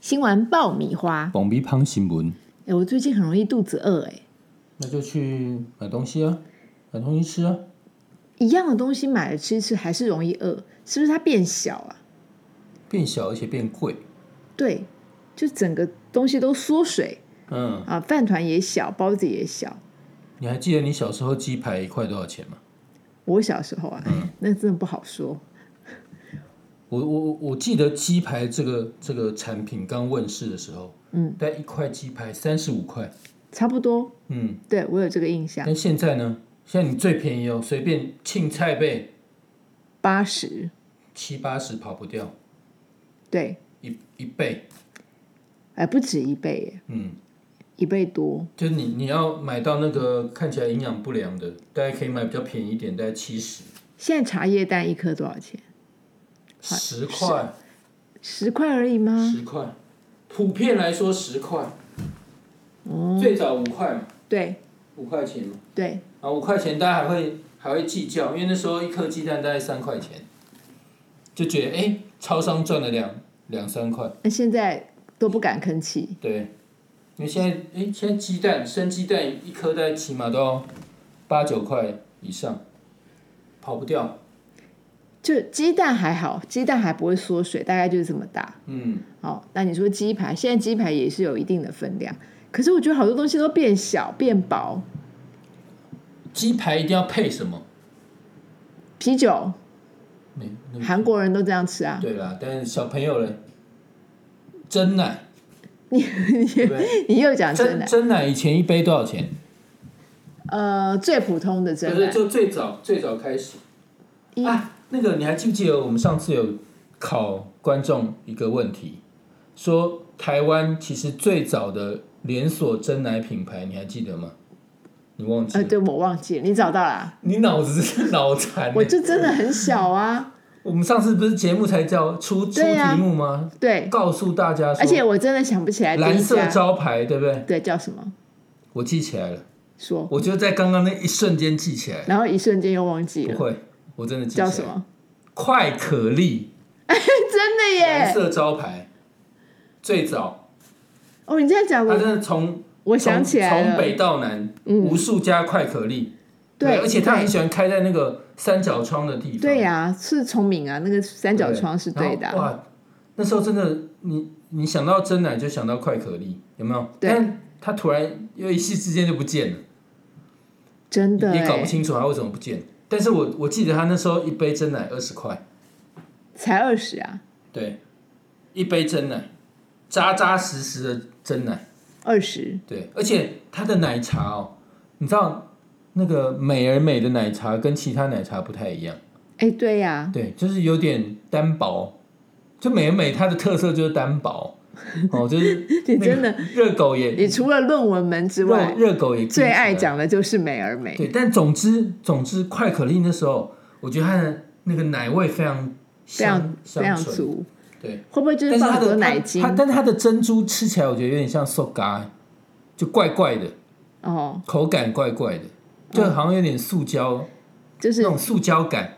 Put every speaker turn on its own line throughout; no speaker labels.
新玩爆米花。
蹦米胖新闻，
哎、我最近很容易肚子饿、哎，
那就去买东西啊，买东西吃啊。
一样的东西买了吃一吃还是容易饿，是不是它变小啊？
变小而且变贵，
对，就整个东西都缩水
嗯，
啊，饭团也小，包子也小。
你还记得你小时候鸡排一块多少钱吗？
我小时候啊，那真的不好说。
我我我我记得鸡排这个这个产品刚问世的时候，嗯，但一块鸡排三十五块，
差不多，
嗯，
对我有这个印象，
但现在呢，现在你最便宜哦，随便青菜贝
八十，
七八十跑不掉，
对，
一一倍，
哎，不止一倍耶，
嗯，
一倍多，
就是你你要买到那个看起来营养不良的，大概可以买比较便宜一点，大概七十，
现在茶叶蛋一颗多少钱？
十块。
十块而已吗？
十块，普遍来说十块。最早五块嘛，
对
五块钱嘛，
对，
啊，五块钱大家还会还会计较，因为那时候一颗鸡蛋大概三块钱，就觉得哎、诶超商赚了两两三块，
那现在都不敢吭气，
对，因为现在哎、诶现在鸡蛋生鸡蛋一颗大概起码都要八九块以上，跑不掉，
就鸡蛋还好，鸡蛋还不会缩水，大概就是这么大。
嗯，
哦，那你说鸡排，现在鸡排也是有一定的分量，可是我觉得好多东西都变小变薄，
鸡排一定要配什么？
啤酒，
没，那个
韩国人都这样吃啊，
对啦，但是小朋友嘞，真奶。对不对
你又讲啊真
真
奶，
真奶以前一杯多少钱？
呃，最普通的真奶，
就最早最早开始
一
啊。那个你还记不记得我们上次有考观众一个问题，说台湾其实最早的连锁真奶品牌，你还记得吗？你忘记
呃，
了？
对我忘记了，你找到啦，
你脑子是脑残欸、
我就真的很小啊，
我们上次不是节目才叫出出
对啊
题目吗？
对，
告诉大家说，
而且我真的想不起来第
蓝
一
色
家，
招牌对不对？
对，叫什么？
我记起来了，
说，
我就在刚刚那一瞬间记起来了。
然后一瞬间又忘记
不
了，
会，我真的记起来
叫
了
什么？
快可丽
真的
蓝
耶！
色招牌，最早
哦，你这样讲
它
我，
真的从
我想起
啊从
来
从
了，嗯
北到南，无数家快可丽，
对，
而且它很
对
喜欢开在那个三角窗的地方，
对呀、是聪明啊，那个三角窗是对的啊、
然后哇，那时候真的，你你想到真奶就想到快可丽，有没有？
对
但它突然又一夕之间就不见了，
真的
也搞不
哎，
清楚它为什么不见。但是我我记得它那时候一杯真奶二十块，
才二十啊，
对，一杯真奶，扎扎实实的真奶。
二十，
对，而且它的奶茶哦，你知道那个美而美的奶茶跟其他奶茶不太一样，
哎，对 呀、
对，就是有点单薄。就美而美它的特色就是单薄，哦，就是
你真的，
热狗也
你除了论文门之
热
外，
热狗也
最爱
听起来
讲的就是美而美，
对，但总之总之快可丽那时候，我觉得它的那个奶味非常
非常
香
非常
香醇，
足。
对，
会不会就
但
是
是
放
它
很
的
多
它
奶精
它但是它的珍珠吃起来我觉得有点像 so ga，就怪怪的，
哦？
口感怪怪的，就好像有点塑胶。
嗯就是
那种塑胶感，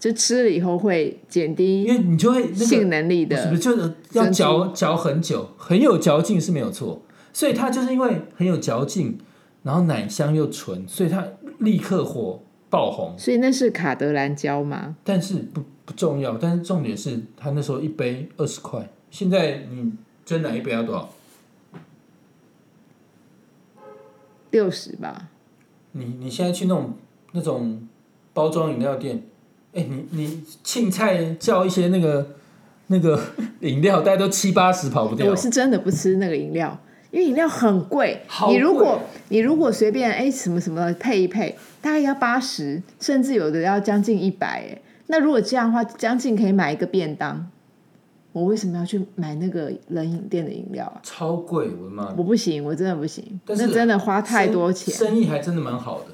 就吃了以后会减
因
低
为你就会那个
性能力
是不
的
是就是要嚼嚼很久，很有嚼劲是没有错。所以它就是因为很有嚼劲，然后奶香又纯，所以它立刻火爆红。
所以那是卡德兰胶吗？
但是不不重要，但是重点是它那时候一杯二十块，现在你真奶一杯要多少？
六十吧，
你你现在去那种那种包装饮料店，哎、你你青菜叫一些那个那个 饮料，大家都七八十跑不掉
我。是真的不吃那个饮料，因为饮料很贵。
好
你如
贵哦
果你如果随便哎什么什么配一配，大概要八十，甚至有的要将近一百哎。那如果这样的话，将近可以买一个便当。我为什么要去买那个冷饮店的饮料啊？
超贵，我的妈！
我不行，我真的不行，
但是
那真的花太多钱。
生生意还真的蛮好的。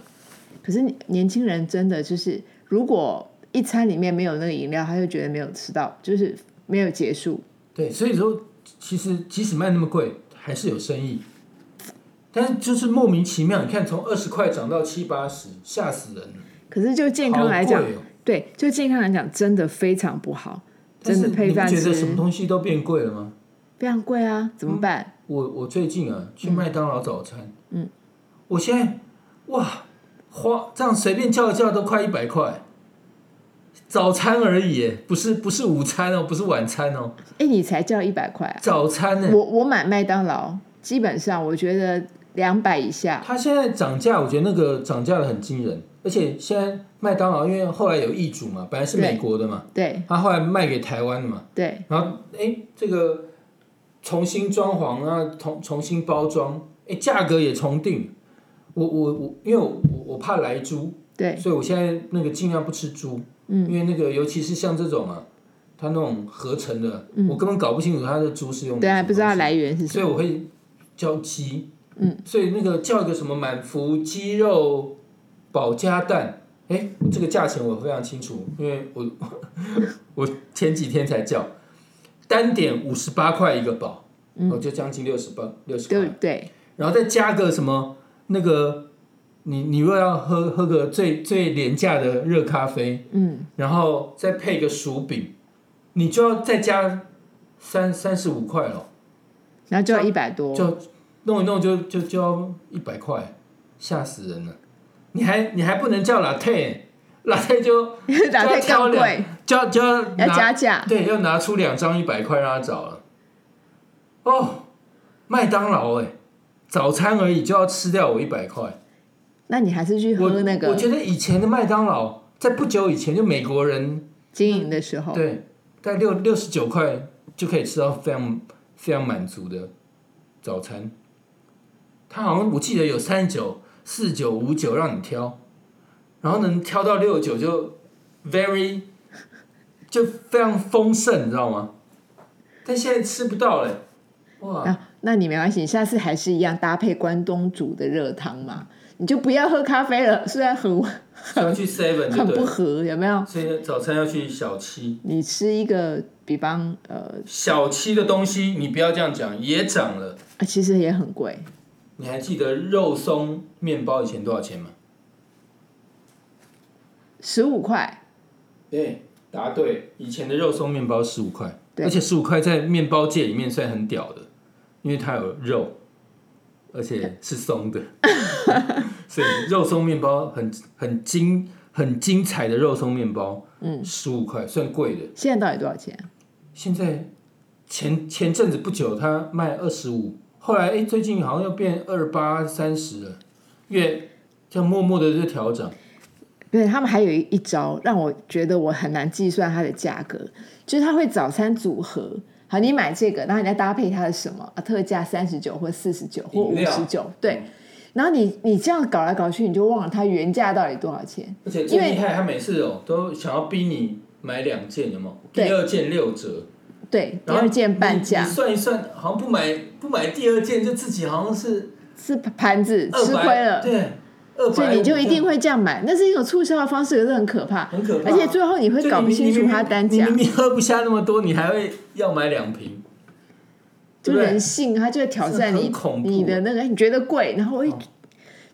可是年年轻人真的就是，如果一餐里面没有那个饮料，他就觉得没有吃到，就是没有结束。
对，所以说其实即使卖那么贵，还是有生意。但是就是莫名其妙，你看从二十块涨到七八十，吓死人了。
可是就健康来讲
好，贵哦
对，就健康来讲，真的非常不好，
但
真
是
的配
你不
饭
觉得什嗯
吃
么东西都变贵了吗？
非常贵啊，怎么办？
我我最近啊去麦当劳早餐，嗯，我现在哇花这样随便叫一叫都快一百块，早餐而已耶，不是不是午餐哦，不是晚餐哦，
哎、你才叫一百块啊！
早餐呢？
我我买麦当劳，基本上我觉得两百以下，
它现在涨价，我觉得那个涨价的很惊人，而且现在麦当劳因为后来有易主嘛，本来是美国的嘛，
对
它后来卖给台湾的嘛，
对，
然后哎这个重新装潢啊，重重新包装，哎价格也重定，我我我因为我我怕来猪，
对，
所以我现在那个尽量不吃猪，嗯，因为那个尤其是像这种啊，它那种合成的，我根本搞不清楚它的猪是用
嗯对，
什
还
么
不知道
东西
来源是什
所以我会叫鸡，
嗯，
所以那个叫一个什么满福鸡肉保加蛋，哎，这个价钱我非常清楚，因为我 我前几天才叫，单点五十八块一个堡，我、就将近六十八六
么，
十块
嗯对，对，
然后再加个什么那个，你你若要喝喝个最最廉价的热咖啡，
嗯，
然后再配个薯饼，你就要再加三三十五块了。
然后就要一百多，
就弄一弄就就就要一百块，吓死人了！你还你还不能叫 latte，latte 就
打太
挑
更
两
贵，
就要就要
要
拿
加价，
对，要拿出两张一百块让他找了。哦，麦当劳哎、早餐而已就要吃掉我一百块，
那你还是去
我
喝那
我
个
觉得以前的麦当劳，在不久以前就美国人
经营的时候，
对，在六六十九块就可以吃到非常非常满足的早餐。他好像我记得有三九、四九、五九让你挑，然后能挑到六九就 very 就非常丰盛，你知道吗？但现在吃不到嘞，哇！
啊，那你没关系，你下次还是一样搭配关东煮的热汤嘛，你就不要喝咖啡了，虽然很
想要去 seven 就
很
对
不
了，
合，有没有？
所以早餐要去小七。
你吃一个，比方呃，
小七的东西你不要这样讲，也涨了。
啊其实也很贵，
你还记得肉松面包以前多少钱吗？
十五块，
对，答对。以前的肉松面包十五块，
对
而且十五块在面包界里面算很屌的，因为它有肉，而且是松的，所以肉松面包很很精很精彩的肉松面包，嗯，十五块算贵的。
现在到底多少钱？
现在前前阵子不久，它卖二十五，后来哎，最近好像又变二八三十了，越这样默默的就调整。
对他们还有一一招，让我觉得我很难计算它的价格，就是他会早餐组合。好，你买这个，然后你再搭配它的什么啊？特价三十九或四十九或
饮
五
料嗯
十九，对。然后你你这样搞来搞去，你就忘了它原价到底多少钱。
而且
因
最
为
厉害，他每次哦都想要逼你买两件，有没有？
对
第二件六折，
对，第
然后
二件半
你
价
你算一算，好像不买不买第二件，就自己好像是
是盘子
200
吃亏了，
对，二百，
所以你就一定会这样买。那是一种促销的方式，可是很可怕，
很可怕。
而且最后你会
就
搞不
明
清楚
明
它单价
你，明明喝不下那么多，你还会要买两瓶，
就
对不对
人性，它就会挑战
这
你
很恐怖哦
你的那个，你觉得贵，然后我一、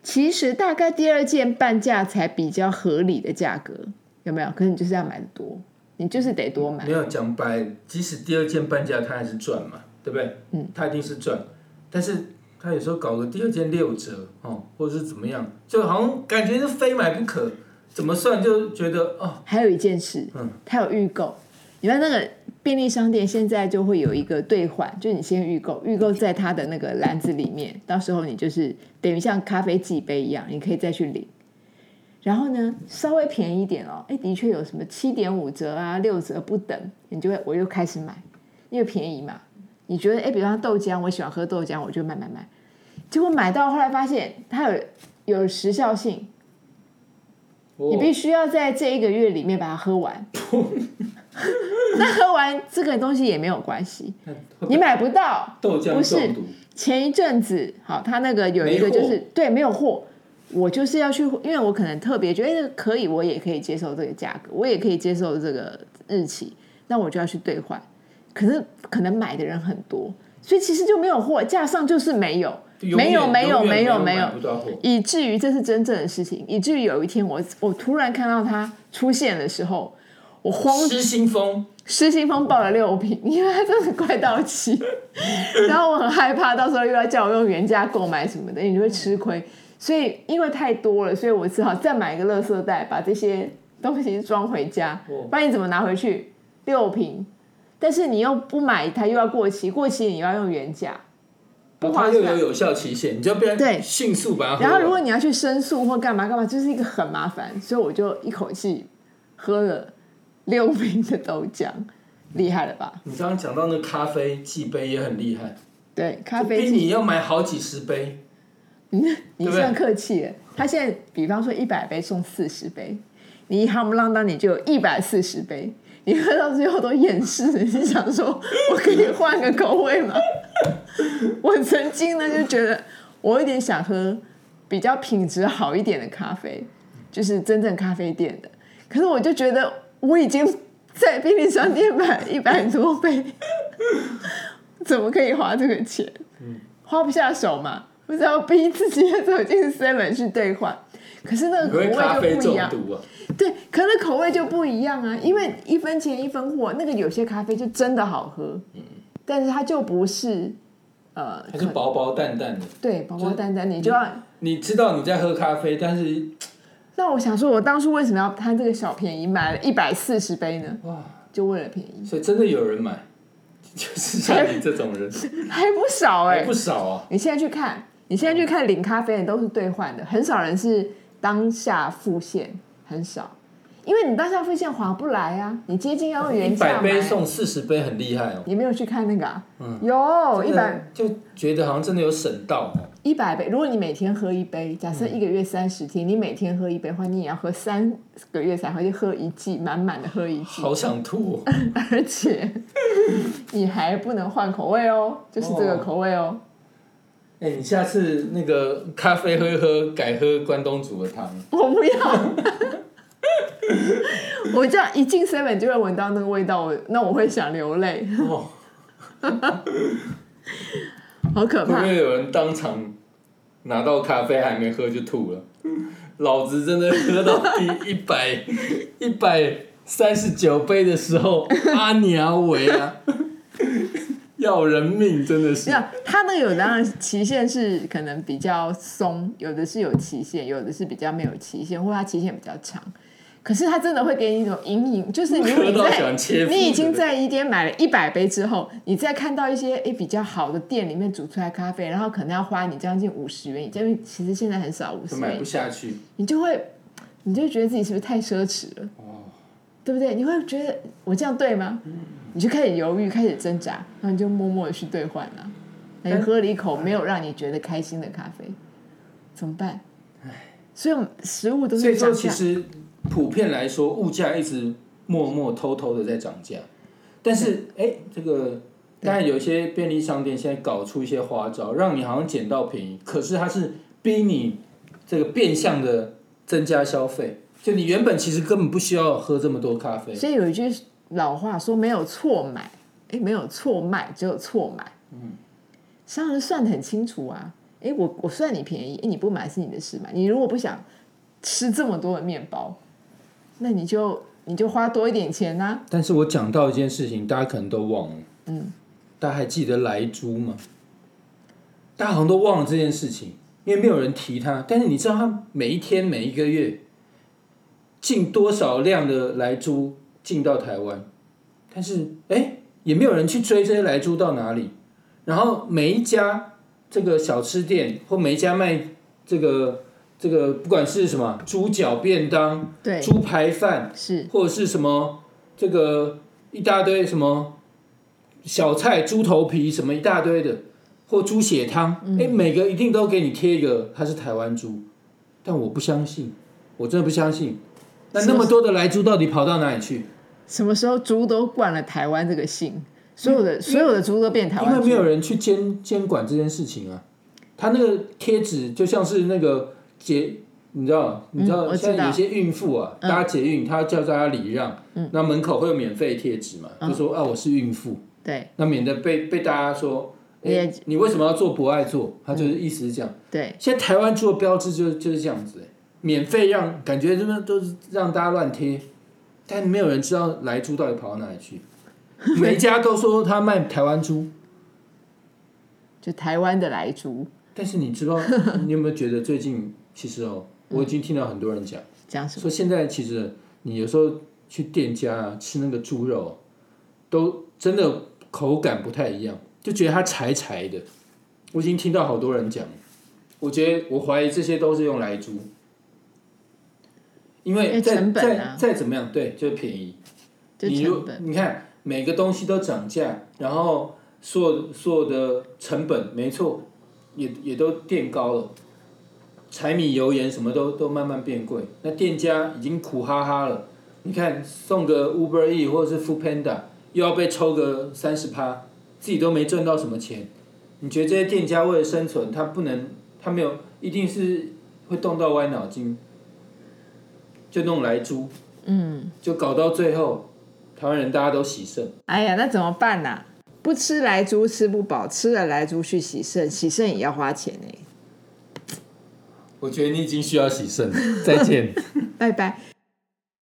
其实大概第二件半价才比较合理的价格，有没有？可是你就是要买的多，你就是得多买
没。有讲白，即使第二件半价，他还是赚嘛，对不对？嗯，他一定是赚，但是他有时候搞个第二件六折哦，或者是怎么样，就好像感觉是非买不可，怎么算就觉得哦。
还有一件事，它有预购。你看那个便利商店现在就会有一个兑换，就你先预购，预购在它的那个篮子里面，到时候你就是等于像咖啡寄杯一样，你可以再去领。然后呢，稍微便宜一点哦，哎，的确有什么七点五折啊、六折不等，你就会我又开始买，因为便宜嘛。你觉得哎，比方说豆浆，我喜欢喝豆浆，我就买买买。结果买到后来发现它有有时效性，你必须要在这一个月里面把它喝 完。那喝完这个东西也没有关系，你买不到。
豆浆
不是
中毒，
前一阵子，好，他那个有一个
没货
就是对没有货，我就是要去，因为我可能特别觉得哎可以，我也可以接受这个价格，我也可以接受这个日期，那我就要去兑换。可是可能买的人很多，所以其实就没有货，架上就是没有，没有没有没有没有
买，不到货
以至于这是真正的事情，以至于有一天我我突然看到它出现的时候，我慌
失心疯，
失心疯报了六瓶， 因为它真的快到期， 然后我很害怕到时候又要叫我用原价购买什么的，你就会吃亏。所以因为太多了，所以我只好再买一个垃圾袋，把这些东西装回家
哦。
不然你怎么拿回去？六瓶，但是你又不买它又要过期，过期你又要用原价，不
它
划
又有
算。
有效期限，你就不
对
然迅速把它喝
然后
完
如果你要去申诉或干嘛干嘛，就是一个很麻烦，所以我就一口气喝了六瓶的豆浆，厉害了吧？
你刚刚讲到那咖啡寄杯也很厉害，
对，咖啡
比
机
你要买好几十杯，
你
对不对
算客气了。他现在比方说一百杯送四十杯，你一夯不啷当你就有一百四十杯，你喝到最后都厌世了，你想说我可以换个口味 吗？我曾经呢就觉得我有点想喝比较品质好一点的咖啡，就是真正咖啡店的。可是我就觉得我已经在便利商店买一百多杯， 怎么可以花这个钱？花不下手嘛，不知道逼自己要走进 seven 去兑换。可是那个
你
口
会咖
味就不
啡
一
中
样，
毒啊！
对，可是口味就不一样啊，因为一分钱一分货，那个有些咖啡就真的好喝，但是它就不是呃，
它是
可
薄薄淡淡的，
对薄薄
就是
淡淡，你就要。
你知道你在喝咖啡，但是
那我想说，我当初为什么要贪这个小便宜，买了一百四十杯呢？
哇，
就为了便宜，
所以真的有人买，就是像你这种 人
还不少哎、
还不少啊。
你现在去看，你现在去看领咖啡的都是兑换的，很少人是当下付现，很少，因为你当下付现划不来啊，你接近要用
一
原价
百
买
杯。送嗯四十杯很厉害哦，
你没有去看那个、啊？有一百
就觉得好像真的有省到哦。
一百杯，如果你每天喝一杯，假设一个月三十天，你每天喝一杯的话，你也要喝三个月才会喝一季，满满的喝一季，
好想吐哦！
而且你还不能换口味哦，就是这个
哦
口味哦。
哎、你下次那个咖啡喝一喝，改喝关东煮的汤，
我不要， 我这样一进 seven 就会闻到那个味道，我那我会想流泪，
哦，
好可
会不
怕。
会有人当场拿到咖啡还没喝就吐了？老子真的喝到第一百一百三十九杯的时候，阿娘为啊， 要人命真的是
没有，它那个有当然期限是可能比较松，有的是有期限，有的是比较没有期限，或它期限比较长。可是它真的会给你一种阴影，就是你
喝
你
到
在
想切腹。
你已经在一间买了一百杯之后，你再看到一些诶比较好的店里面煮出来咖啡，然后可能要花你将近五十元，因为其实现在很少五
就
十
买
元
不，下去，
你就会你就觉得自己是不是太奢侈了？对不对？你会觉得我这样对吗？你就开始犹豫，开始挣扎，然后你就默默的去兑换了、那
哎
你喝了一口没有让你觉得开心的咖啡，怎么办？所以我们食物都
所以
是
说
涨
其
价，
实普遍来说，物价一直默默偷偷的在涨价，但是哎、这个当然有一些便利商店现在搞出一些花招，让你好像捡到便宜，可是它是逼你这个变相的增加消费，就你原本其实根本不需要喝这么多咖啡，
所以有一句老话说没有错买，哎，没有错卖，只有错买。嗯，商人算的很清楚啊，哎，我我算你便宜，哎，你不买是你的事嘛。你如果不想吃这么多的面包，那你就你就花多一点钱啊呐、
但是我讲到一件事情，大家可能都忘了。嗯，大家还记得莱猪吗？大家好像都忘了这件事情，因为没有人提它。但是你知道，它每一天、每一个月进多少量的莱猪进到台湾？但是，哎，也没有人去追这些莱猪到哪里。然后每一家这个小吃店或每一家卖这个这个，不管是什么猪脚便当、
对，
猪排饭。
是
或者是什么这个一大堆什么小菜、猪头皮什么一大堆的，或猪血汤，哎、
嗯
每个一定都给你贴一个它是台湾猪，但我不相信，我真的不相信。那那么多的来猪到底跑到哪里去？
什么时候猪都冠了台湾这个姓，所有的所有的猪都变台
因为
湾
没
猪，
有人去监监管这件事情啊。他那个贴纸就像是那个捷，你知道，你知
嗯
道，
我知道嗯
像有些孕妇啊，搭捷运，她叫大家礼让，那门口会有免费贴纸嘛，就
嗯
说啊我是孕妇，
对
那免得被被大家说，哎、你为什么要做不爱做？他就是意思是这样。
对，
现在台湾做标志就就是这样子、哎免费让感觉这边都是让大家乱贴，但没有人知道来猪到底跑到哪里去。每一家都说他卖台湾猪，
就台湾的来猪，
但是你知道，你有没有觉得最近其实哦，我已经听到很多人讲，
讲什么？
说现在其实你有时候去店家啊吃那个猪肉，都真的口感不太一样，就觉得它柴柴的。我已经听到好多人讲，我觉得我怀疑这些都是用来猪，
因
因为
为
再
成
再
本啊
再怎么样，对，就是便宜。
就
你
成
如
本，
你看每个东西都涨价，然后所有所有的成本没错，也也都垫高了，柴米油盐什么都都慢慢变贵，那店家已经苦哈哈了。你看送个 Uber E 或者是 Food Panda 又要被抽个三十趴，自己都没赚到什么钱，你觉得这些店家为了生存，他不能，他没有，一定是会动到歪脑筋，就弄来猪。
嗯，
就搞到最后，台湾人大家都喜胜，
哎呀，那怎么办呐、不吃来猪吃不饱，吃了来猪去洗肾，洗肾也要花钱哎、
我觉得你已经需要喜胜了，再见。
拜拜。